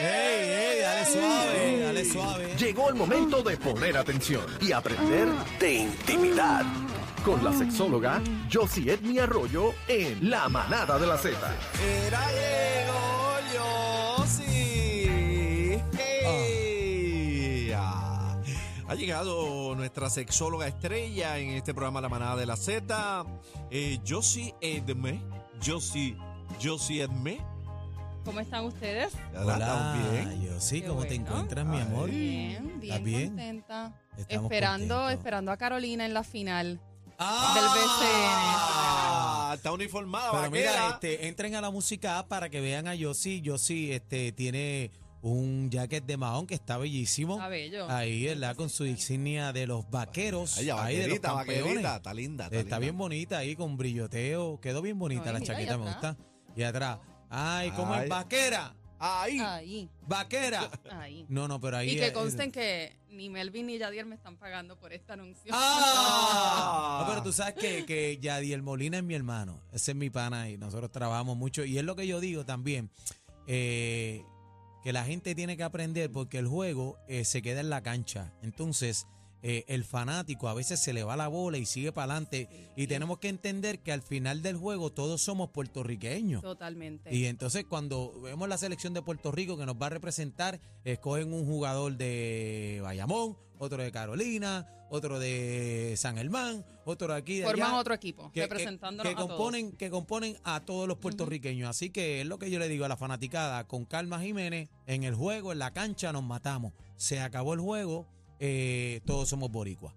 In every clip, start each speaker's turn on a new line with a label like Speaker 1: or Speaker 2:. Speaker 1: ¡Ey, ey! Dale suave, dale suave.
Speaker 2: Llegó el momento de poner atención y aprender de intimidad. Con la sexóloga Josie Edmi Arroyo en La Manada de la Z.
Speaker 1: Era llegó yo, sí. Ey, ah. Ha llegado nuestra sexóloga estrella en este programa La Manada de la Z, eh, Josie Edme. Josie, Josie Edme.
Speaker 3: ¿Cómo están ustedes?
Speaker 1: ¿Estamos bien?
Speaker 4: yo sí,
Speaker 3: Qué
Speaker 4: ¿cómo te
Speaker 3: bueno.
Speaker 4: encuentras, mi amor?
Speaker 3: Bien, bien,
Speaker 4: ¿Estás bien?
Speaker 3: contenta.
Speaker 4: Estamos
Speaker 3: esperando,
Speaker 4: contentos.
Speaker 3: esperando a Carolina en la final.
Speaker 1: Ah, Está uniformada,
Speaker 4: Pero mira,
Speaker 1: vaquera.
Speaker 4: este, entren a la música app para que vean a Yossi. Yossi este, tiene un jacket de Mahón que está bellísimo.
Speaker 3: Está Ah, bello.
Speaker 4: Ahí, ¿verdad? Con su insignia de los vaqueros.
Speaker 1: Ay, ya,
Speaker 4: ahí, de los
Speaker 1: vaquerita,
Speaker 4: campeones.
Speaker 1: vaquerita. Está linda.
Speaker 4: Está,
Speaker 1: linda.
Speaker 4: bien bonita ahí, con brilloteo. Quedó bien bonita
Speaker 3: Ay,
Speaker 4: la
Speaker 3: mira,
Speaker 4: chaqueta,
Speaker 3: y
Speaker 4: me
Speaker 3: atrás.
Speaker 4: gusta. Y atrás. Ay, como
Speaker 1: Ay.
Speaker 4: es vaquera.
Speaker 1: Ahí.
Speaker 3: Ahí,
Speaker 4: Vaquera.
Speaker 3: ahí.
Speaker 4: No, no, pero ahí.
Speaker 3: y que
Speaker 4: eh,
Speaker 3: consten que ni Melvin ni Yadier me están pagando por este anuncio.
Speaker 4: ¡Ah! No, pero tú sabes que, que Yadiel Molina es mi hermano. Ese es mi pana y nosotros trabajamos mucho. Y es lo que yo digo también. eh, que la gente tiene que aprender porque el juego eh, se queda en la cancha. Entonces, eh, el fanático a veces se le va la bola y sigue para adelante. Y tenemos que entender que al final del juego todos somos puertorriqueños.
Speaker 3: Totalmente.
Speaker 4: Y entonces cuando vemos la selección de Puerto Rico que nos va a representar, escogen un jugador de Bayamón, otro de Carolina, otro de San Germán, otro de aquí de
Speaker 3: Forman
Speaker 4: allá,
Speaker 3: otro equipo, representándonos
Speaker 4: que componen, que componen a todos los puertorriqueños. Así que es lo que yo le digo a la fanaticada, con calma Jiménez, en el juego, en la cancha nos matamos. Se acabó el juego, eh, todos somos boricuas.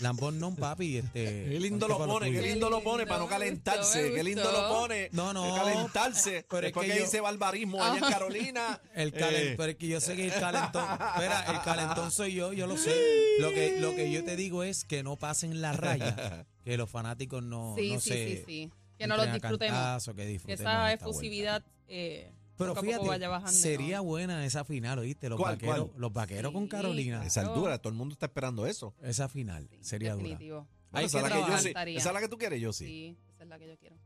Speaker 4: Lambón no, papi, este.
Speaker 1: Qué lindo
Speaker 4: ponte
Speaker 1: Eh, lo
Speaker 4: pa'
Speaker 1: pone, qué
Speaker 4: tuyo.
Speaker 1: lindo lo pone
Speaker 3: lindo,
Speaker 1: para no
Speaker 3: me
Speaker 1: calentarse,
Speaker 3: gustó, me
Speaker 1: qué lindo lo
Speaker 3: gustó.
Speaker 1: pone.
Speaker 4: No, no,
Speaker 1: de calentarse.
Speaker 4: pero es
Speaker 1: Después
Speaker 4: que
Speaker 1: que,
Speaker 4: yo-
Speaker 1: dice barbarismo
Speaker 3: Ah.
Speaker 1: allá en Carolina.
Speaker 4: El calen-
Speaker 1: eh,
Speaker 4: pero es que yo sé que el calentón, espera, el calentón soy yo, yo lo sé. Lo que, lo que yo te digo es que no pasen la raya, que los fanáticos no,
Speaker 3: sí,
Speaker 4: no
Speaker 3: sí,
Speaker 4: se
Speaker 3: sí, sí. Que no los
Speaker 4: entren a
Speaker 3: disfrutemos.
Speaker 4: cantazo, que disfrutemos
Speaker 3: Esa
Speaker 4: esta vuelta.
Speaker 3: efusividad eh,
Speaker 4: Pero
Speaker 3: poco a
Speaker 4: fíjate,
Speaker 3: poco vaya bajando.
Speaker 4: sería buena esa final, ¿oíste? Los
Speaker 1: ¿Cuál,
Speaker 4: vaqueros,
Speaker 1: cuál?
Speaker 4: los vaqueros
Speaker 3: Sí,
Speaker 4: con Carolina.
Speaker 3: claro.
Speaker 1: Esa altura, todo el mundo está esperando eso.
Speaker 4: Esa final sería dura.
Speaker 3: Definitivo.
Speaker 4: Hay
Speaker 1: esa,
Speaker 4: que
Speaker 1: es la que yo
Speaker 4: trabajar.
Speaker 1: sí-
Speaker 3: Encantaría.
Speaker 1: esa es la que tú quieres, yo sí.
Speaker 3: Sí, esa es la que yo quiero.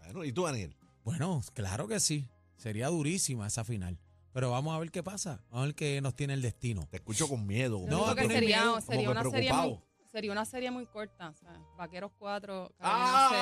Speaker 1: Bueno, ¿Y tú, Daniel?
Speaker 4: Bueno, claro que sí. Sería durísima esa final. Pero vamos a ver qué pasa. Vamos a ver qué nos tiene el destino.
Speaker 1: Te escucho con miedo.
Speaker 3: Lo
Speaker 4: No,
Speaker 3: único que
Speaker 4: tiene
Speaker 1: preocupado,
Speaker 3: sería,
Speaker 4: miedo,
Speaker 3: sería
Speaker 1: como que
Speaker 3: una serie muy,
Speaker 1: preocupado.
Speaker 3: sería una serie muy corta. o sea, Vaqueros 4, Carolina
Speaker 1: ¡Ah!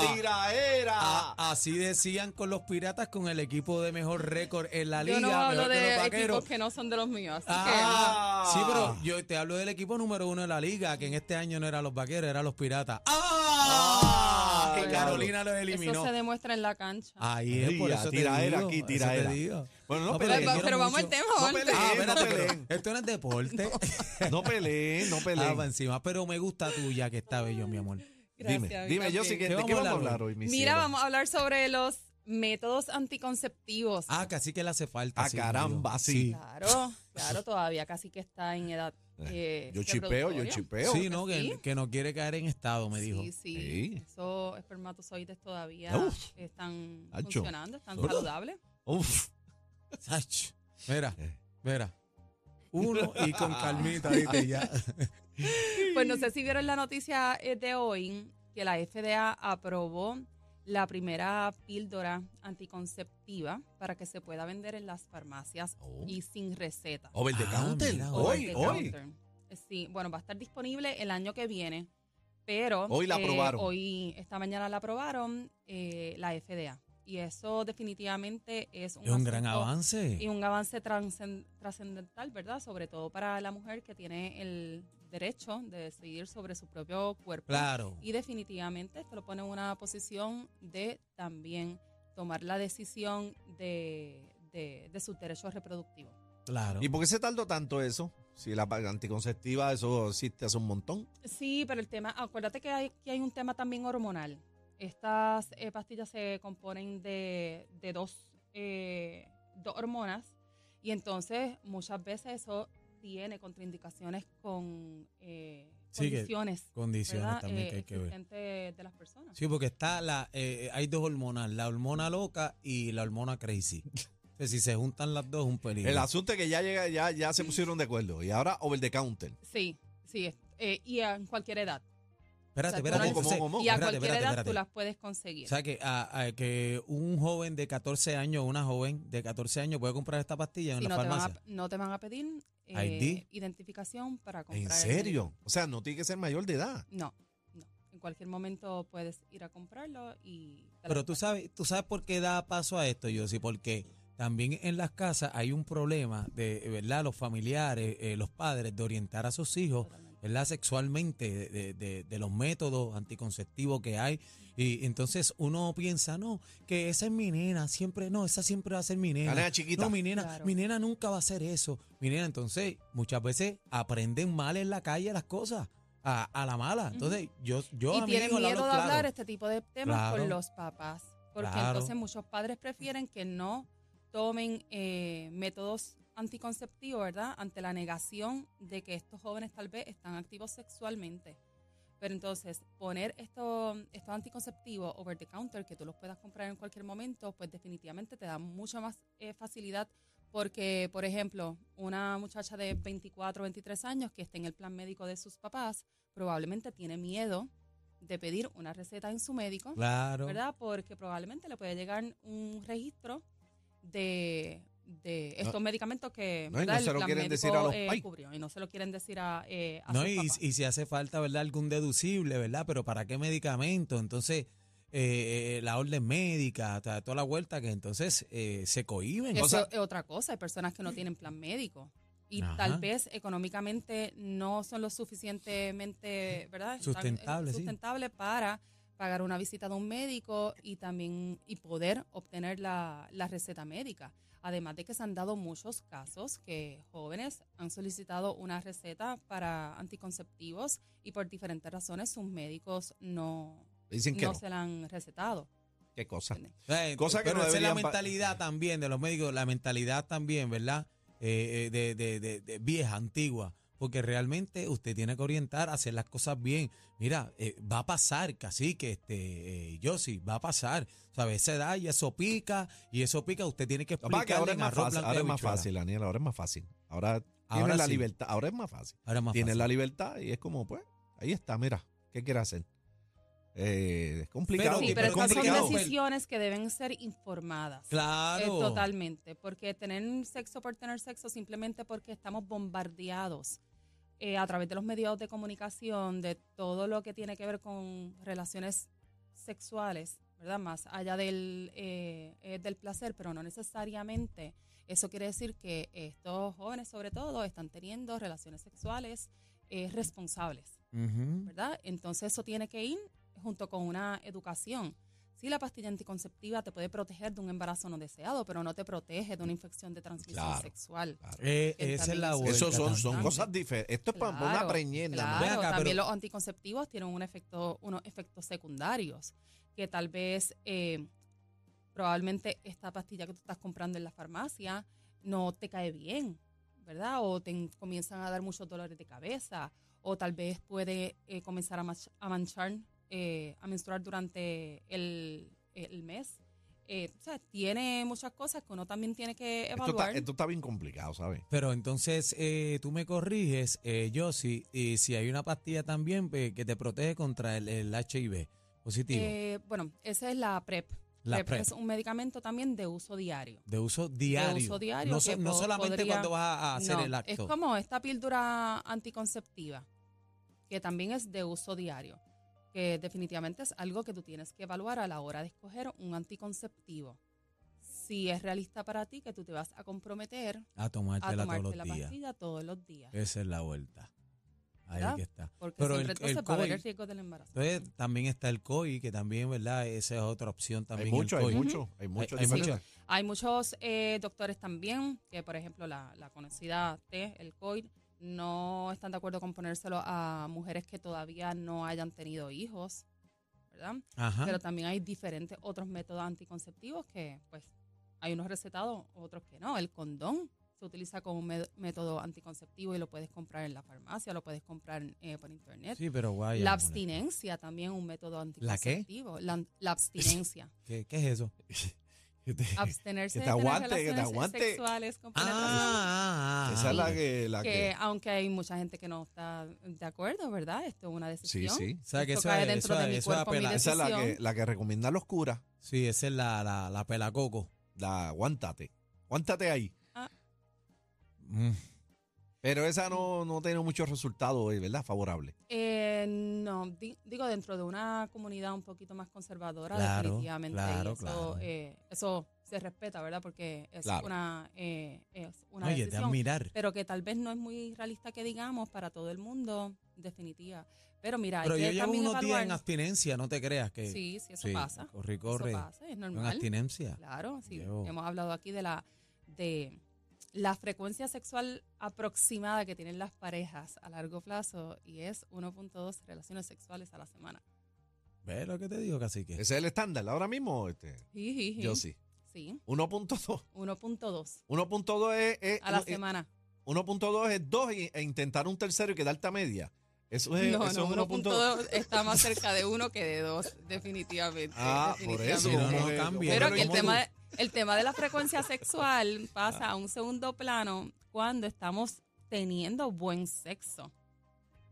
Speaker 3: cero.
Speaker 1: ¡Tiraera!
Speaker 4: Ah, así decían con los piratas con el equipo de mejor récord en la
Speaker 1: Ah.
Speaker 4: liga.
Speaker 3: Yo no hablo
Speaker 4: mejor que los
Speaker 3: de
Speaker 4: vaqueros.
Speaker 3: equipos que no son de los míos, así
Speaker 4: Ah,
Speaker 1: que-
Speaker 4: sí, pero yo te hablo del equipo número uno de la liga, que en este año no eran los vaqueros, eran los piratas. ¡Ah!
Speaker 1: Ah,
Speaker 4: que
Speaker 1: claro.
Speaker 4: Carolina los
Speaker 3: que eso
Speaker 4: eliminó.
Speaker 3: se demuestra en la cancha.
Speaker 4: Ahí es, por
Speaker 1: Tira,
Speaker 4: eso te
Speaker 1: tiraera
Speaker 4: digo,
Speaker 1: aquí,
Speaker 4: eso te
Speaker 1: tiraera.
Speaker 4: digo.
Speaker 1: Bueno, no
Speaker 4: No,
Speaker 3: pero
Speaker 4: que
Speaker 3: va-
Speaker 1: peleen.
Speaker 4: quiero
Speaker 3: pero vamos al
Speaker 4: mucho.
Speaker 3: tema,
Speaker 1: No
Speaker 3: Jorge.
Speaker 1: peleen.
Speaker 4: Ah,
Speaker 1: no
Speaker 4: espérate, pero
Speaker 1: peleen.
Speaker 4: esto no es deporte.
Speaker 1: No peleen, no
Speaker 4: Ah,
Speaker 1: peleen.
Speaker 4: para encima, pero me gusta tuya que está bello, mi amor.
Speaker 3: Gracias,
Speaker 1: dime, dime,
Speaker 3: gracias.
Speaker 1: yo sí que
Speaker 4: ¿Qué
Speaker 1: de qué vamos a hablar hoy, mi
Speaker 3: Mira,
Speaker 1: cielo?
Speaker 3: vamos a hablar sobre los métodos anticonceptivos.
Speaker 4: Ah, casi que le hace falta.
Speaker 1: Ah,
Speaker 4: sí,
Speaker 1: caramba,
Speaker 4: Mario.
Speaker 1: sí.
Speaker 3: Claro, claro, todavía casi que está en edad. eh,
Speaker 1: Yo chipeo, yo
Speaker 3: reproductoria.
Speaker 1: chipeo.
Speaker 4: Sí, no, que,
Speaker 3: Sí.
Speaker 4: que no quiere caer en estado, me dijo.
Speaker 3: Sí, sí,
Speaker 1: Sí.
Speaker 3: Esos espermatozoides todavía
Speaker 1: Uf.
Speaker 3: están
Speaker 1: Acho.
Speaker 3: funcionando, están
Speaker 1: Uf.
Speaker 3: saludables.
Speaker 1: Uf.
Speaker 4: Sach, Mira,
Speaker 1: Eh.
Speaker 4: mira. Uno y con calmita, ¿viste? Ya.
Speaker 3: Pues no sé si vieron la noticia eh, de hoy que la FDA aprobó la primera píldora anticonceptiva para que se pueda vender en las farmacias
Speaker 1: Oh.
Speaker 3: y sin receta.
Speaker 1: Over the
Speaker 4: Ah,
Speaker 1: counter.
Speaker 4: mira, over
Speaker 1: hoy,
Speaker 3: Over the
Speaker 1: hoy.
Speaker 3: counter. Eh, Sí, bueno, va a estar disponible el año que viene, pero eh,
Speaker 1: Hoy la aprobaron.
Speaker 3: hoy, esta mañana la aprobaron eh, la FDA. Y eso definitivamente es un,
Speaker 4: Es un gran
Speaker 3: asunto y
Speaker 4: avance.
Speaker 3: un avance transcen- trascendental, ¿verdad? Sobre todo para la mujer que tiene el derecho de decidir sobre su propio cuerpo.
Speaker 4: Claro.
Speaker 3: Y definitivamente esto lo pone en una posición de también tomar la decisión de, de- de sus derechos reproductivos.
Speaker 4: Claro.
Speaker 1: ¿Y por qué se tardó tanto eso? Si la pa- anticonceptiva, eso existe hace un montón.
Speaker 3: Sí, pero el tema, acuérdate que hay, que hay un tema también hormonal. Estas eh, pastillas se componen de, de dos, eh, dos hormonas y entonces muchas veces eso tiene contraindicaciones con eh,
Speaker 4: Sí, que-
Speaker 3: condiciones,
Speaker 4: Condiciones
Speaker 3: ¿verdad?
Speaker 4: también
Speaker 3: Eh,
Speaker 4: que hay que ver.
Speaker 3: existentes de las personas.
Speaker 4: Sí, porque está la, eh, hay dos hormonas, la hormona loca y la hormona crazy. Entonces, si se juntan las dos, es un peligro.
Speaker 1: El asunto es que ya, llega, ya, ya se pusieron de acuerdo. Y ahora over the counter.
Speaker 3: Sí, sí, es- eh, y en cualquier edad. Exacto.
Speaker 4: espérate, espérate.
Speaker 3: ¿Cómo,
Speaker 1: cómo,
Speaker 4: entonces-
Speaker 1: cómo?
Speaker 3: y a
Speaker 4: espérate,
Speaker 3: cualquier
Speaker 4: espérate,
Speaker 3: edad
Speaker 4: espérate.
Speaker 3: tú las puedes conseguir.
Speaker 4: O sea, que, a- a- que un joven de 14 años, una joven de 14 años puede comprar esta pastilla en
Speaker 3: Si
Speaker 4: la
Speaker 3: no, te van
Speaker 4: farmacia.
Speaker 3: a, no te van a pedir eh,
Speaker 4: ID.
Speaker 3: identificación para comprar.
Speaker 1: ¿En
Speaker 3: el
Speaker 1: serio? O sea, no tiene que ser mayor de edad.
Speaker 3: No, no. En cualquier momento puedes ir a comprarlo y. te lo
Speaker 4: Pero tú
Speaker 3: compras.
Speaker 4: sabes, tú sabes por qué da paso a esto, Yossi, porque también en las casas hay un problema de, eh, ¿verdad? Los familiares, eh, los padres, de orientar a sus hijos,
Speaker 3: Totalmente.
Speaker 4: ¿verdad? Sexualmente, de- de, de- de los métodos anticonceptivos que hay. Y entonces uno piensa, no, que esa es mi nena, siempre, no, esa siempre va a ser mi nena.
Speaker 1: La nena chiquita.
Speaker 4: No, mi nena,
Speaker 3: Claro.
Speaker 4: mi nena nunca va a hacer eso. Mi nena, entonces, muchas veces aprenden mal en la calle las cosas, a, a la mala. Entonces, yo, yo a
Speaker 3: Y
Speaker 4: mi
Speaker 3: tienen
Speaker 4: hijo le hablo
Speaker 3: miedo de
Speaker 4: claro.
Speaker 3: hablar este tipo de temas
Speaker 4: Claro.
Speaker 3: con los papás. Porque
Speaker 4: Claro.
Speaker 3: entonces muchos padres prefieren que no tomen eh, métodos anticonceptivos, ¿verdad? Ante la negación de que estos jóvenes tal vez están activos sexualmente. Pero entonces, poner esto- estos anticonceptivos over the counter, que tú los puedas comprar en cualquier momento, pues definitivamente te da mucha más eh, facilidad. Porque, por ejemplo, una muchacha de 24 23 años que esté en el plan médico de sus papás, probablemente tiene miedo de pedir una receta en su médico,
Speaker 4: Claro.
Speaker 3: ¿verdad? Porque probablemente le puede llegar un registro de, de estos
Speaker 1: No.
Speaker 3: medicamentos que
Speaker 1: No, y
Speaker 3: ¿verdad?
Speaker 1: no
Speaker 3: el
Speaker 1: se lo
Speaker 3: plan
Speaker 1: quieren decir
Speaker 3: médico,
Speaker 1: a los
Speaker 3: eh,
Speaker 1: pais.
Speaker 3: cubrió, y no se lo quieren decir a, eh, a
Speaker 4: No,
Speaker 3: sus
Speaker 4: y,
Speaker 3: papás.
Speaker 4: y si hace falta, ¿verdad? Algún deducible, ¿verdad? Pero ¿para qué medicamento? Entonces, eh, eh, la orden médica, o sea, toda la vuelta que entonces eh, se cohiben.
Speaker 3: Eso
Speaker 1: O sea-
Speaker 3: es otra cosa. Hay personas que no tienen plan médico y
Speaker 4: Ajá.
Speaker 3: tal vez económicamente no son lo suficientemente, ¿verdad? Están, eh,
Speaker 4: Sustentable, sí.
Speaker 3: sustentable para pagar una visita de un médico y también y poder obtener la, la receta médica. Además de que se han dado muchos casos que jóvenes han solicitado una receta para anticonceptivos y por diferentes razones sus médicos no,
Speaker 1: Dicen que
Speaker 3: no
Speaker 1: no.
Speaker 3: se la han recetado.
Speaker 1: Qué cosa.
Speaker 4: Eh,
Speaker 1: cosa que
Speaker 4: pero
Speaker 1: no
Speaker 4: esa es la
Speaker 1: deberían pa-
Speaker 4: mentalidad también de los médicos, la mentalidad también, ¿verdad? Eh, eh, de, de- de- de vieja, antigua. Porque realmente usted tiene que orientar, hacer las cosas bien. Mira, eh, va a pasar, casi que este, eh, yo sí, va a pasar. ¿Sabes? Esa edad y eso pica, y eso pica. Usted tiene que
Speaker 1: Lo que pasa es que ahora
Speaker 4: explicarle
Speaker 1: es más
Speaker 4: en arroz
Speaker 1: fácil,
Speaker 4: blanco
Speaker 1: ahora
Speaker 4: y
Speaker 1: es más
Speaker 4: habichuela.
Speaker 1: fácil, Daniel, ahora es más fácil. Ahora tienes
Speaker 4: Ahora
Speaker 1: la
Speaker 4: sí.
Speaker 1: libertad, ahora es más fácil.
Speaker 4: Ahora es más
Speaker 1: Tienes
Speaker 4: fácil.
Speaker 1: la libertad y es como, pues, ahí está, mira, ¿qué quieres hacer? Eh, es complicado.
Speaker 4: Sí,
Speaker 3: Sí,
Speaker 4: que-
Speaker 3: pero
Speaker 1: es
Speaker 4: pero
Speaker 3: estas son
Speaker 1: complicado.
Speaker 4: decisi-
Speaker 3: decisiones que deben ser informadas.
Speaker 4: Claro.
Speaker 3: Eh, totalmente, porque tener sexo por tener sexo simplemente porque estamos bombardeados eh, a través de los medios de comunicación, de todo lo que tiene que ver con relaciones sexuales, ¿verdad? Más allá del, eh, eh, del placer, pero no necesariamente. Eso quiere decir que estos jóvenes, sobre todo, están teniendo relaciones sexuales eh, responsables.
Speaker 4: Ujú.
Speaker 3: ¿verdad? Entonces eso tiene que ir junto con una educación. Sí, la pastilla anticonceptiva te puede proteger de un embarazo no deseado, pero no te protege de una infección de transmisión
Speaker 1: Claro.
Speaker 3: sexual.
Speaker 4: Eh,
Speaker 3: Que
Speaker 4: esa es
Speaker 3: también
Speaker 4: la
Speaker 3: es
Speaker 4: vuelta.
Speaker 1: Eso son, son
Speaker 4: también.
Speaker 1: cosas diferentes. Esto es para una
Speaker 3: Claro,
Speaker 1: preñenda.
Speaker 3: claro.
Speaker 1: mano.
Speaker 4: Ven acá,
Speaker 3: también
Speaker 4: pero-
Speaker 3: los anticonceptivos tienen un efecto, unos efectos secundarios que tal vez eh, probablemente esta pastilla que tú estás comprando en la farmacia no te cae bien, ¿verdad? O te en- comienzan a dar muchos dolores de cabeza, o tal vez puede eh, comenzar a, mach- a manchar, eh, a menstruar durante el, el mes. Eh, o sea, tiene muchas cosas que uno también tiene que
Speaker 1: Esto, está,
Speaker 3: evaluar.
Speaker 1: esto está bien complicado, ¿sabes?
Speaker 4: Pero entonces eh, tú me corriges, eh, Yossi, y si hay una pastilla también eh, que te protege contra el, el HIV positivo,
Speaker 3: Eh, bueno, esa es la PrEP.
Speaker 4: La
Speaker 3: PrEP,
Speaker 4: PrEP.
Speaker 3: Es un medicamento también de uso diario.
Speaker 4: de uso diario.
Speaker 3: uso diario
Speaker 4: no, so-
Speaker 3: que
Speaker 4: no
Speaker 3: po-
Speaker 4: solamente
Speaker 3: podría-
Speaker 4: cuando vas a, a hacer
Speaker 3: No,
Speaker 4: el acto.
Speaker 3: Es como esta píldora anticonceptiva, que también es de uso diario, que definitivamente es algo que tú tienes que evaluar a la hora de escoger un anticonceptivo. Si es realista para ti, que tú te vas a comprometer
Speaker 4: a
Speaker 3: a
Speaker 4: tomártela todos
Speaker 3: tomarte la
Speaker 4: los días.
Speaker 3: pastilla todos los días.
Speaker 4: Esa es la vuelta. Ahí
Speaker 3: ¿Verdad?
Speaker 4: que está.
Speaker 3: Porque
Speaker 4: Pero
Speaker 3: siempre
Speaker 4: el- el
Speaker 3: entonces va a haber
Speaker 4: COVID-
Speaker 3: el riesgo del embarazo.
Speaker 4: Entonces también está el COI, que también, ¿verdad? Esa es otra opción también.
Speaker 1: Hay mucho,
Speaker 4: el
Speaker 1: hay
Speaker 4: COI.
Speaker 1: mucho, hay mucho.
Speaker 4: hay
Speaker 1: diferente.
Speaker 4: mucho.
Speaker 3: Hay muchos eh, doctores también que, por ejemplo, la, la conocida T, el COID, no están de acuerdo con ponérselo a mujeres que todavía no hayan tenido hijos. ¿verdad? ¿verdad?
Speaker 4: Ajá.
Speaker 3: Pero también hay diferentes otros métodos anticonceptivos que, pues, hay unos recetados, otros que no. El condón se utiliza como un me- método anticonceptivo y lo puedes comprar en la farmacia, lo puedes comprar eh, por internet.
Speaker 4: sí, pero guay.
Speaker 3: la
Speaker 4: amor.
Speaker 3: abstinencia también un método
Speaker 4: qué?
Speaker 3: anticonceptivo. La, la abstinencia.
Speaker 4: ¿Qué, qué es eso?
Speaker 3: Ah, Abstenerse
Speaker 1: Que te
Speaker 3: de tener
Speaker 1: aguante, que te
Speaker 3: relaciones
Speaker 1: aguante.
Speaker 3: sexuales con penetración.
Speaker 4: Ah, ah, ah,
Speaker 1: Esa es la
Speaker 4: ah.
Speaker 1: que. La
Speaker 3: que,
Speaker 1: que
Speaker 3: aunque hay mucha gente que no está de acuerdo, ¿verdad? Esto es una
Speaker 1: sí,
Speaker 3: decisión.
Speaker 1: sí.
Speaker 4: O sea, que
Speaker 3: Esto
Speaker 4: eso
Speaker 3: cae
Speaker 4: es,
Speaker 3: dentro
Speaker 4: eso
Speaker 3: de
Speaker 4: es-
Speaker 3: mi
Speaker 4: eso es
Speaker 3: cuerpo, mi
Speaker 4: apela-
Speaker 1: Esa
Speaker 3: decisión.
Speaker 1: es la que, la que recomiendan los curas.
Speaker 4: Sí, esa es la, la, la pelacoco.
Speaker 1: La aguántate. Aguántate ahí.
Speaker 4: Mm.
Speaker 1: Pero esa no, no tiene muchos resultados, eh, ¿verdad? Favorables.
Speaker 3: Eh, no, di- digo, dentro de una comunidad un poquito más conservadora,
Speaker 4: Claro,
Speaker 3: definitivamente. y
Speaker 4: claro,
Speaker 3: eso,
Speaker 4: claro.
Speaker 3: eh, eso se respeta, ¿verdad? Porque es
Speaker 1: Claro.
Speaker 3: una, eh, es una
Speaker 4: Oye, de
Speaker 3: decisión.
Speaker 4: admirar.
Speaker 3: pero que tal vez no es muy realista que digamos para todo el mundo, definitiva. Pero mira,
Speaker 4: Pero
Speaker 3: hay
Speaker 4: yo
Speaker 3: que
Speaker 4: llevo
Speaker 3: también
Speaker 4: unos días en
Speaker 3: evaluar-
Speaker 4: abstinencia, no te creas que.
Speaker 3: Sí, sí, eso
Speaker 4: Sí,
Speaker 3: pasa.
Speaker 4: Corre,
Speaker 3: Eso
Speaker 4: corre.
Speaker 3: pasa, es
Speaker 4: En
Speaker 3: normal.
Speaker 4: abstinencia.
Speaker 3: Claro, sí.
Speaker 4: Llevo-
Speaker 3: Hemos hablado aquí de la de la frecuencia sexual aproximada que tienen las parejas a largo plazo y es 1.2 relaciones sexuales a la semana.
Speaker 4: ¿Ves lo que te digo, cacique?
Speaker 1: Ese es el estándar ahora mismo. Este,
Speaker 3: Sí, sí, sí.
Speaker 1: Yo sí.
Speaker 3: Sí,
Speaker 1: 1.2.
Speaker 3: 1.2
Speaker 1: 1.2 es. es- eh,
Speaker 3: a la
Speaker 1: es-
Speaker 3: semana.
Speaker 1: 1.2 es 2 y- e intentar un tercero y quedarte a media. Eso es,
Speaker 3: no,
Speaker 1: eso
Speaker 3: no,
Speaker 1: es 1.2.
Speaker 3: 1.2 está más cerca de uno que de dos, definitivamente.
Speaker 1: Ah, por
Speaker 3: definitivamente.
Speaker 1: eso.
Speaker 4: Sí, no, no
Speaker 1: como que-
Speaker 4: cambia.
Speaker 3: Pero
Speaker 4: Pero
Speaker 3: que el
Speaker 1: como
Speaker 3: tema,
Speaker 1: tú-
Speaker 3: de- el tema de la frecuencia sexual pasa a un segundo plano cuando estamos teniendo buen sexo.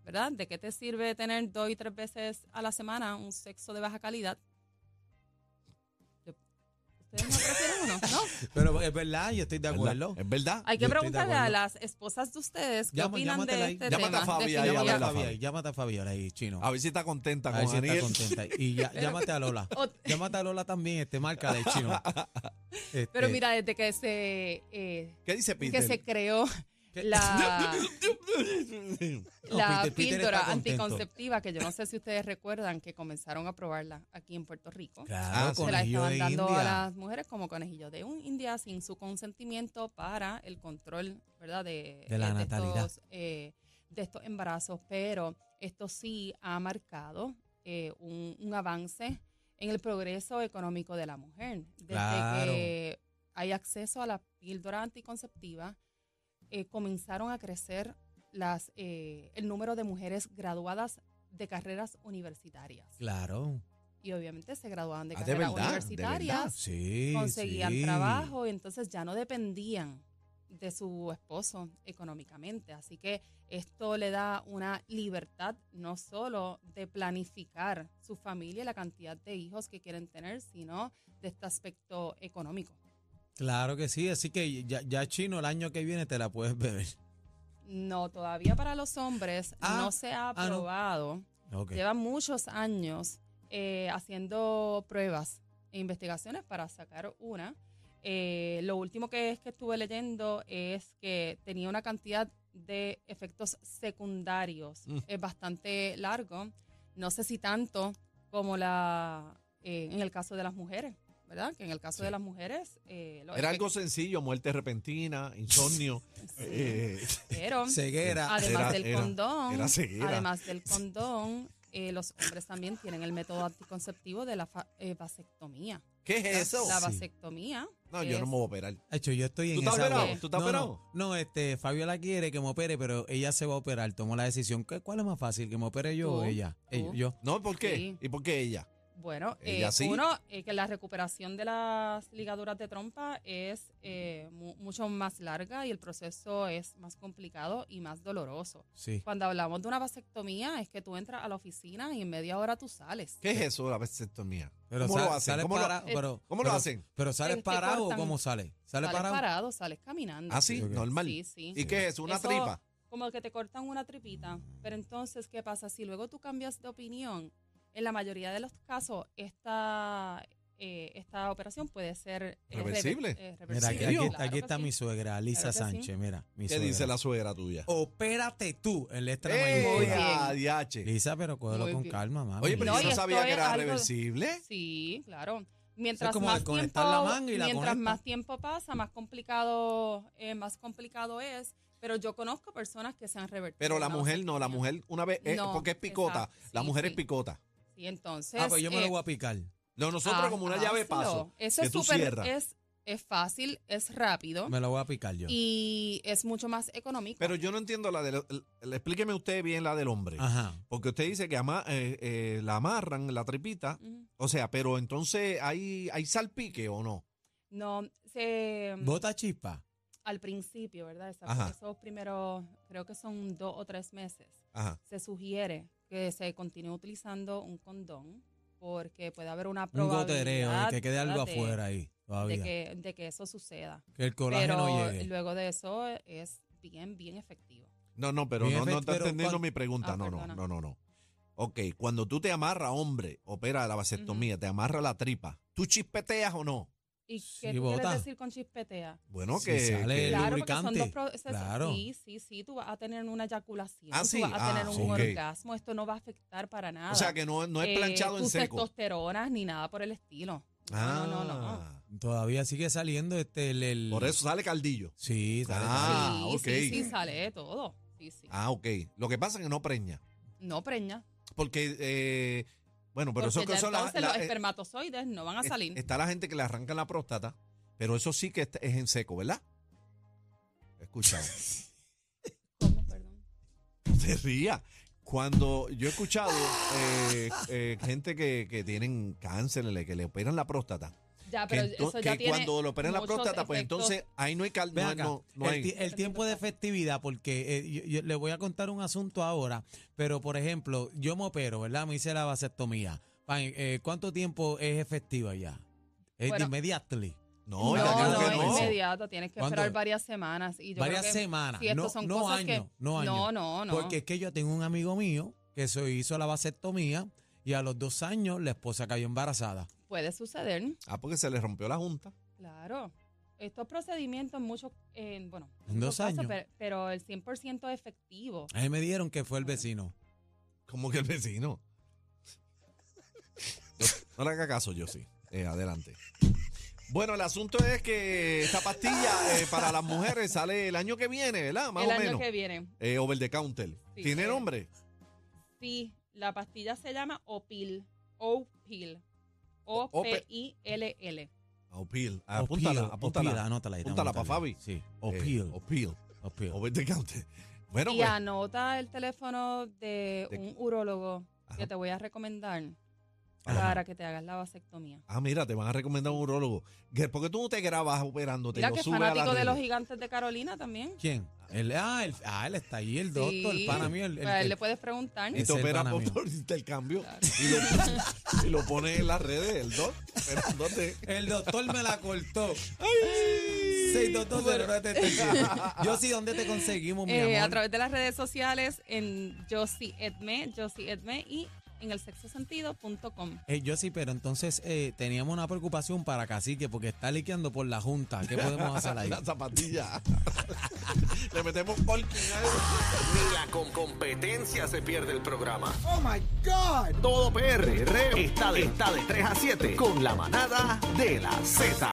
Speaker 3: ¿Verdad? ¿De qué te sirve tener dos y tres veces a la semana un sexo de baja calidad? Yo- ¿Ustedes no prefieren uno? No.
Speaker 4: Pero es verdad, yo estoy de
Speaker 1: ¿verdad?
Speaker 4: acuerdo.
Speaker 1: Es verdad.
Speaker 3: Hay que
Speaker 4: Yo estoy de
Speaker 3: preguntarle a
Speaker 4: acuerdo.
Speaker 3: las esposas de ustedes qué
Speaker 4: Llama-
Speaker 3: opinan
Speaker 4: llámatela
Speaker 3: de
Speaker 4: ahí.
Speaker 3: este
Speaker 1: Llámate
Speaker 3: tema.
Speaker 1: a Fabi ahí,
Speaker 3: Definitiva-
Speaker 4: Llámate a
Speaker 1: Fabiola,
Speaker 4: Fabiola,
Speaker 1: Fabi.
Speaker 4: llámate a Fabiola ahí, chino.
Speaker 1: A ver si está contenta
Speaker 4: A
Speaker 1: con
Speaker 4: ver si está
Speaker 1: Aniel.
Speaker 4: contenta. Y ya, llámate a Lola.
Speaker 3: Ot-
Speaker 4: Llámate a Lola también, este marca de chino. Este,
Speaker 3: Pero
Speaker 1: Eh.
Speaker 3: mira, desde que se, eh,
Speaker 1: ¿Qué dice
Speaker 3: que
Speaker 1: Peter?
Speaker 3: se creó la...
Speaker 4: No,
Speaker 3: la
Speaker 4: Peter- Peter
Speaker 3: píldora
Speaker 4: está contento.
Speaker 3: anticonceptiva, que yo no sé si ustedes recuerdan que comenzaron a probarla aquí en Puerto Rico.
Speaker 4: Claro,
Speaker 1: Ah, sí.
Speaker 3: Se la
Speaker 4: conejillo
Speaker 3: estaban
Speaker 4: de
Speaker 3: dando
Speaker 4: India.
Speaker 3: a las mujeres como conejillos de un India sin su consentimiento para el control, ¿verdad? De,
Speaker 4: De la
Speaker 3: eh,
Speaker 4: natalidad.
Speaker 3: Estos, eh, de estos embarazos, pero esto sí ha marcado eh, un, un avance en el progreso económico de la mujer. Desde
Speaker 4: Claro.
Speaker 3: que hay acceso a la píldora anticonceptiva, eh, comenzaron a crecer las, eh, el número de mujeres graduadas de carreras universitarias.
Speaker 4: Claro.
Speaker 3: Y obviamente se graduaban de
Speaker 1: Ah, de
Speaker 3: carreras
Speaker 1: verdad, de
Speaker 3: universitarias,
Speaker 4: Sí.
Speaker 3: conseguían
Speaker 4: sí.
Speaker 3: trabajo y entonces ya no dependían de su esposo económicamente. Así que esto le da una libertad no solo de planificar su familia y la cantidad de hijos que quieren tener, sino de este aspecto económico.
Speaker 4: Claro que sí, así que ya, ya chino el año que viene te la puedes beber.
Speaker 3: No, todavía para los hombres
Speaker 4: Ah,
Speaker 3: no se ha
Speaker 4: ah, no.
Speaker 3: aprobado.
Speaker 4: Ok.
Speaker 3: Llevan muchos años eh, haciendo pruebas e investigaciones para sacar una. Eh, lo último que es que estuve leyendo es que tenía una cantidad de efectos secundarios
Speaker 1: Mm.
Speaker 3: eh, bastante largo. No sé si tanto como la eh, en el caso de las mujeres, ¿verdad? Que en el caso
Speaker 1: Sí.
Speaker 3: de las mujeres eh, los
Speaker 1: Era algo
Speaker 3: efectos-
Speaker 1: sencillo, muerte repentina, insomnio.
Speaker 3: sí,
Speaker 1: eh,
Speaker 3: pero
Speaker 4: Ceguera.
Speaker 3: Además
Speaker 1: Era-
Speaker 3: del
Speaker 1: era-
Speaker 3: condón,
Speaker 1: era ceguera.
Speaker 3: además del condón, eh, los hombres también tienen el método anticonceptivo de la fa- eh, vasectomía.
Speaker 1: ¿Qué es eso?
Speaker 3: La
Speaker 4: Sí.
Speaker 3: vasectomía.
Speaker 1: No, yo no me voy a operar.
Speaker 4: Hecho, yo estoy en
Speaker 1: ¿Tú estás
Speaker 4: esa-
Speaker 1: operado?
Speaker 3: ¿Qué?
Speaker 1: ¿Tú estás
Speaker 4: no,
Speaker 1: operado?
Speaker 4: No, no, este, Fabiola quiere que me opere, pero ella se va a operar. Tomó la decisión. ¿Qué- ¿Cuál es más fácil, que me opere yo o
Speaker 3: Tú,
Speaker 4: ella? Ey,
Speaker 3: tú.
Speaker 4: Yo.
Speaker 1: No, ¿por qué?
Speaker 3: Sí.
Speaker 1: ¿Y por qué ella?
Speaker 3: Bueno,
Speaker 1: Ella
Speaker 3: eh,
Speaker 1: sí.
Speaker 3: uno, eh, que la recuperación de las ligaduras de trompa es eh, mu- mucho más larga y el proceso es más complicado y más doloroso.
Speaker 4: Sí.
Speaker 3: Cuando hablamos de una vasectomía, es que tú entras a la oficina y en media hora tú sales.
Speaker 1: ¿Qué es eso, la vasectomía?
Speaker 4: Pero
Speaker 1: ¿Cómo lo
Speaker 4: sa-
Speaker 1: hacen?
Speaker 4: sales
Speaker 1: ¿Cómo lo-
Speaker 4: para- pero-
Speaker 1: cómo lo
Speaker 4: pero-
Speaker 1: hacen?
Speaker 4: ¿Pero sales
Speaker 3: Te
Speaker 4: parado o
Speaker 3: cortan.
Speaker 4: cómo sales? ¿Sales
Speaker 3: Sales
Speaker 4: parado?
Speaker 3: parado, sales caminando.
Speaker 1: ¿Ah, sí?
Speaker 4: Sí, ok.
Speaker 1: Normal.
Speaker 3: Sí, sí.
Speaker 1: ¿Y qué es eso? ¿Una
Speaker 3: Eso-
Speaker 1: tripa?
Speaker 3: como que te cortan una tripita. Pero entonces, ¿qué pasa? Si luego tú cambias de opinión, en la mayoría de los casos, esta, eh, esta operación puede ser eh, rever-
Speaker 1: Reversible.
Speaker 3: eh,
Speaker 4: Mira,
Speaker 3: reversible.
Speaker 4: aquí,
Speaker 1: ¿En
Speaker 4: aquí
Speaker 1: serio?
Speaker 4: está, aquí
Speaker 3: Claro
Speaker 4: está
Speaker 3: que
Speaker 4: mi
Speaker 3: sí.
Speaker 4: suegra, Lisa
Speaker 3: Claro que sí.
Speaker 4: Sánchez. Mira, mi
Speaker 1: ¿Qué
Speaker 4: suegra.
Speaker 1: dice la suegra tuya?
Speaker 4: Opérate tú en letra
Speaker 1: ¡Eh,
Speaker 4: mayúscula.
Speaker 3: bien.
Speaker 1: adiache!
Speaker 4: Lisa, pero cógelo
Speaker 3: Muy
Speaker 4: con
Speaker 3: bien.
Speaker 4: calma, mami.
Speaker 1: Oye, pero
Speaker 3: No,
Speaker 1: yo
Speaker 3: y
Speaker 1: no
Speaker 3: esto
Speaker 1: sabía que
Speaker 3: es
Speaker 1: era
Speaker 3: algo-
Speaker 1: reversible.
Speaker 3: Sí, claro. Mientras
Speaker 4: como
Speaker 3: más tiempo,
Speaker 4: desconectar la manga y la
Speaker 3: mientras
Speaker 4: conectas.
Speaker 3: más tiempo pasa, más complicado, eh, más complicado es. Pero yo conozco personas que se han revertido.
Speaker 1: Pero la
Speaker 3: una
Speaker 1: mujer no, la
Speaker 3: vasectomía.
Speaker 1: mujer una vez, eh,
Speaker 3: No,
Speaker 1: porque es picota,
Speaker 3: exacto,
Speaker 1: la
Speaker 3: sí,
Speaker 1: mujer es
Speaker 3: sí.
Speaker 1: picota.
Speaker 3: Y entonces.
Speaker 4: Ah, pues yo me
Speaker 3: eh,
Speaker 4: lo voy a picar.
Speaker 1: No, nosotros
Speaker 3: ah,
Speaker 1: como una llave de paso.
Speaker 3: hazlo. Eso
Speaker 1: que
Speaker 3: es
Speaker 1: tú
Speaker 3: súper.
Speaker 1: cierras.
Speaker 3: Es, es fácil, es rápido
Speaker 4: Me lo voy a picar yo.
Speaker 3: y es mucho más económico.
Speaker 1: Pero yo no entiendo la del. el- el- explíqueme usted bien la del hombre.
Speaker 4: Ajá.
Speaker 1: Porque usted dice que ama- eh, eh, la amarran, la tripita.
Speaker 3: Ujú.
Speaker 1: O sea, pero entonces hay, hay salpique o no.
Speaker 3: No, se. em,
Speaker 4: Bota chispa.
Speaker 3: al principio, ¿verdad? Esa-
Speaker 1: Ajá.
Speaker 3: esos primeros, creo que son dos o tres meses,
Speaker 1: Ajá.
Speaker 3: se sugiere que se continúe utilizando un condón porque puede haber una
Speaker 4: Un
Speaker 3: probabilidad
Speaker 4: gotereo y que quede algo
Speaker 3: de-
Speaker 4: afuera ahí
Speaker 3: de,
Speaker 4: todavía. Que,
Speaker 3: que, de que eso suceda.
Speaker 4: el
Speaker 3: Pero
Speaker 4: colágeno llegue.
Speaker 3: luego de eso es bien, bien efectivo.
Speaker 1: No, no, pero
Speaker 4: Bien,
Speaker 1: no, no
Speaker 4: Fetch,
Speaker 1: está
Speaker 4: pero
Speaker 1: entendiendo
Speaker 4: cuan-
Speaker 1: mi pregunta.
Speaker 3: Ah,
Speaker 1: no, no,
Speaker 3: perdona.
Speaker 1: no, no, no. Ok, cuando tú te amarra, hombre, opera la vasectomía, te amarra la tripa, ¿tú chispeteas o no?
Speaker 3: ¿Y
Speaker 4: Sí,
Speaker 3: qué tú
Speaker 4: bota.
Speaker 3: quieres decir con chispetea?
Speaker 1: Bueno,
Speaker 4: Si
Speaker 1: que...
Speaker 4: sale
Speaker 1: que-
Speaker 4: El
Speaker 3: claro, porque son dos
Speaker 4: lubricante,
Speaker 3: procesos.
Speaker 4: claro.
Speaker 3: Sí, sí, sí, tú vas a tener una eyaculación,
Speaker 1: Ah,
Speaker 3: tú
Speaker 1: sí,
Speaker 3: vas a
Speaker 1: ah,
Speaker 3: tener un
Speaker 4: ok.
Speaker 3: orgasmo, esto no va a afectar para nada.
Speaker 1: o sea, que no, no es
Speaker 3: eh,
Speaker 1: planchado en
Speaker 3: tus
Speaker 1: seco.
Speaker 3: testosteronas ni nada por el estilo. No, no, no, no.
Speaker 1: Ah,
Speaker 4: Todavía sigue saliendo este el, el-
Speaker 1: Por eso sale caldillo.
Speaker 4: Sí, sale-
Speaker 1: Ah,
Speaker 3: sí,
Speaker 1: ok.
Speaker 3: sí, sí, sale de todo. Sí, sí.
Speaker 1: Ah, ok. Lo que pasa es que no preña.
Speaker 3: No preña.
Speaker 1: Porque, eh, bueno, pero eso que
Speaker 3: porque ya
Speaker 1: son las-
Speaker 3: entonces
Speaker 1: la-
Speaker 3: los
Speaker 1: eh,
Speaker 3: espermatozoides no van a
Speaker 1: es-
Speaker 3: salir.
Speaker 1: Está la gente que le arranca la próstata, pero eso sí que es, es en seco, ¿verdad? Escuchado.
Speaker 3: ¿Cómo? Perdón.
Speaker 1: se ría. Cuando yo he escuchado eh, eh, gente que, que tienen cáncer, le- que le operan la próstata,
Speaker 3: Ya,
Speaker 1: que,
Speaker 3: Ah, pero
Speaker 1: ento-
Speaker 3: eso ya
Speaker 1: que
Speaker 3: tiene
Speaker 1: cuando le operan la
Speaker 3: muchos
Speaker 1: próstata, pues
Speaker 3: efectos.
Speaker 1: entonces ahí no hay cal,
Speaker 4: Ven
Speaker 1: no,
Speaker 4: acá,
Speaker 1: no- no
Speaker 4: el, ti-
Speaker 1: hay.
Speaker 4: el tiempo de festividad, porque eh, yo- yo le voy a contar un asunto ahora, pero por ejemplo, yo me opero, ¿verdad? Me hice la vasectomía. Pan, eh, ¿Cuánto tiempo es efectiva ya? Eh, Es
Speaker 3: Bueno.
Speaker 4: inmediately.
Speaker 1: No,
Speaker 3: no,
Speaker 1: ya digo
Speaker 3: no,
Speaker 1: que
Speaker 3: es
Speaker 1: no.
Speaker 3: inmediato, tienes que
Speaker 4: ¿Cuándo?
Speaker 3: esperar varias semanas. Y yo
Speaker 4: Varias
Speaker 3: creo que
Speaker 4: semanas,
Speaker 3: si estos
Speaker 4: no,
Speaker 3: son
Speaker 4: no
Speaker 3: cosas que-
Speaker 4: años, no años.
Speaker 3: No, no, no.
Speaker 4: Porque es que yo tengo un amigo mío que se hizo la vasectomía y a los dos años la esposa cayó embarazada.
Speaker 3: Puede suceder,
Speaker 1: Ah, porque se le rompió la junta.
Speaker 3: claro. Estos procedimientos, muchos, eh, bueno,
Speaker 4: En
Speaker 3: muchos
Speaker 4: dos
Speaker 3: casos,
Speaker 4: años.
Speaker 3: Pero, pero el 100% efectivo.
Speaker 4: A mí me dieron que fue el vecino.
Speaker 1: Como que el vecino. No le haga caso, yo sí. Eh, adelante. Bueno, el asunto es que esta pastilla eh, para las mujeres sale el año que viene, ¿verdad? Más
Speaker 3: el
Speaker 1: o
Speaker 3: año
Speaker 1: menos.
Speaker 3: que viene.
Speaker 1: Eh, over the counter.
Speaker 3: Sí,
Speaker 1: ¿Tiene
Speaker 3: eh,
Speaker 1: nombre?
Speaker 3: Sí, la pastilla se llama Opil. Opil. O-P-I-L-L.
Speaker 1: Opil.
Speaker 4: O
Speaker 1: Apúntala,
Speaker 4: Peel, o
Speaker 1: apúntala.
Speaker 4: Peel, anótala ahí,
Speaker 1: Apúntala para
Speaker 4: anótala.
Speaker 1: Fabi. Eh,
Speaker 4: Sí, o
Speaker 1: Opil.
Speaker 4: Peel,
Speaker 1: Opil.
Speaker 4: o Peel.
Speaker 1: Over the counter. Bueno,
Speaker 3: Y
Speaker 1: pues,
Speaker 3: anota el teléfono de
Speaker 1: De-
Speaker 3: un urólogo
Speaker 1: Ajá.
Speaker 3: que te voy a recomendar
Speaker 4: Ajá.
Speaker 3: para que te hagas la vasectomía.
Speaker 1: Ah, mira, te van a recomendar un urólogo. ¿Qué- ¿Por qué tú no te grabas operándote?
Speaker 3: Mira
Speaker 1: Lo
Speaker 3: que es
Speaker 1: subes a las
Speaker 3: fanático de los
Speaker 1: redes.
Speaker 3: gigantes de Carolina también.
Speaker 4: ¿Quién? El, ah, el- ah, él está ahí, el doctor, el
Speaker 3: Sí,
Speaker 4: pana mío. El, el-
Speaker 3: pues a él
Speaker 4: el-
Speaker 3: le puedes preguntar.
Speaker 1: Y
Speaker 4: Ese
Speaker 1: te
Speaker 4: es
Speaker 1: opera
Speaker 4: pana
Speaker 1: por,
Speaker 4: mío.
Speaker 1: por intercambio
Speaker 3: Claro.
Speaker 1: y, lo, y lo pones en las redes, el doc. Operándote.
Speaker 4: el doctor me la cortó.
Speaker 1: ¡Ay!
Speaker 4: 6220977. Yo sí, ¿dónde te conseguimos, mi
Speaker 3: Eh, a
Speaker 4: amor?
Speaker 3: través de las redes sociales en Josie Edme, Josie Edme y en el sexosentido.com.
Speaker 4: Eh, yo sí, pero entonces eh, teníamos una preocupación para Cacique porque está liqueando por la Junta. ¿Qué podemos hacer ahí?
Speaker 1: La zapatilla. Le metemos porking a él.
Speaker 2: Ni la con competencia se pierde el programa. Oh my God. Todo PR, está de, está de 3 a 7 con la manada de la Z.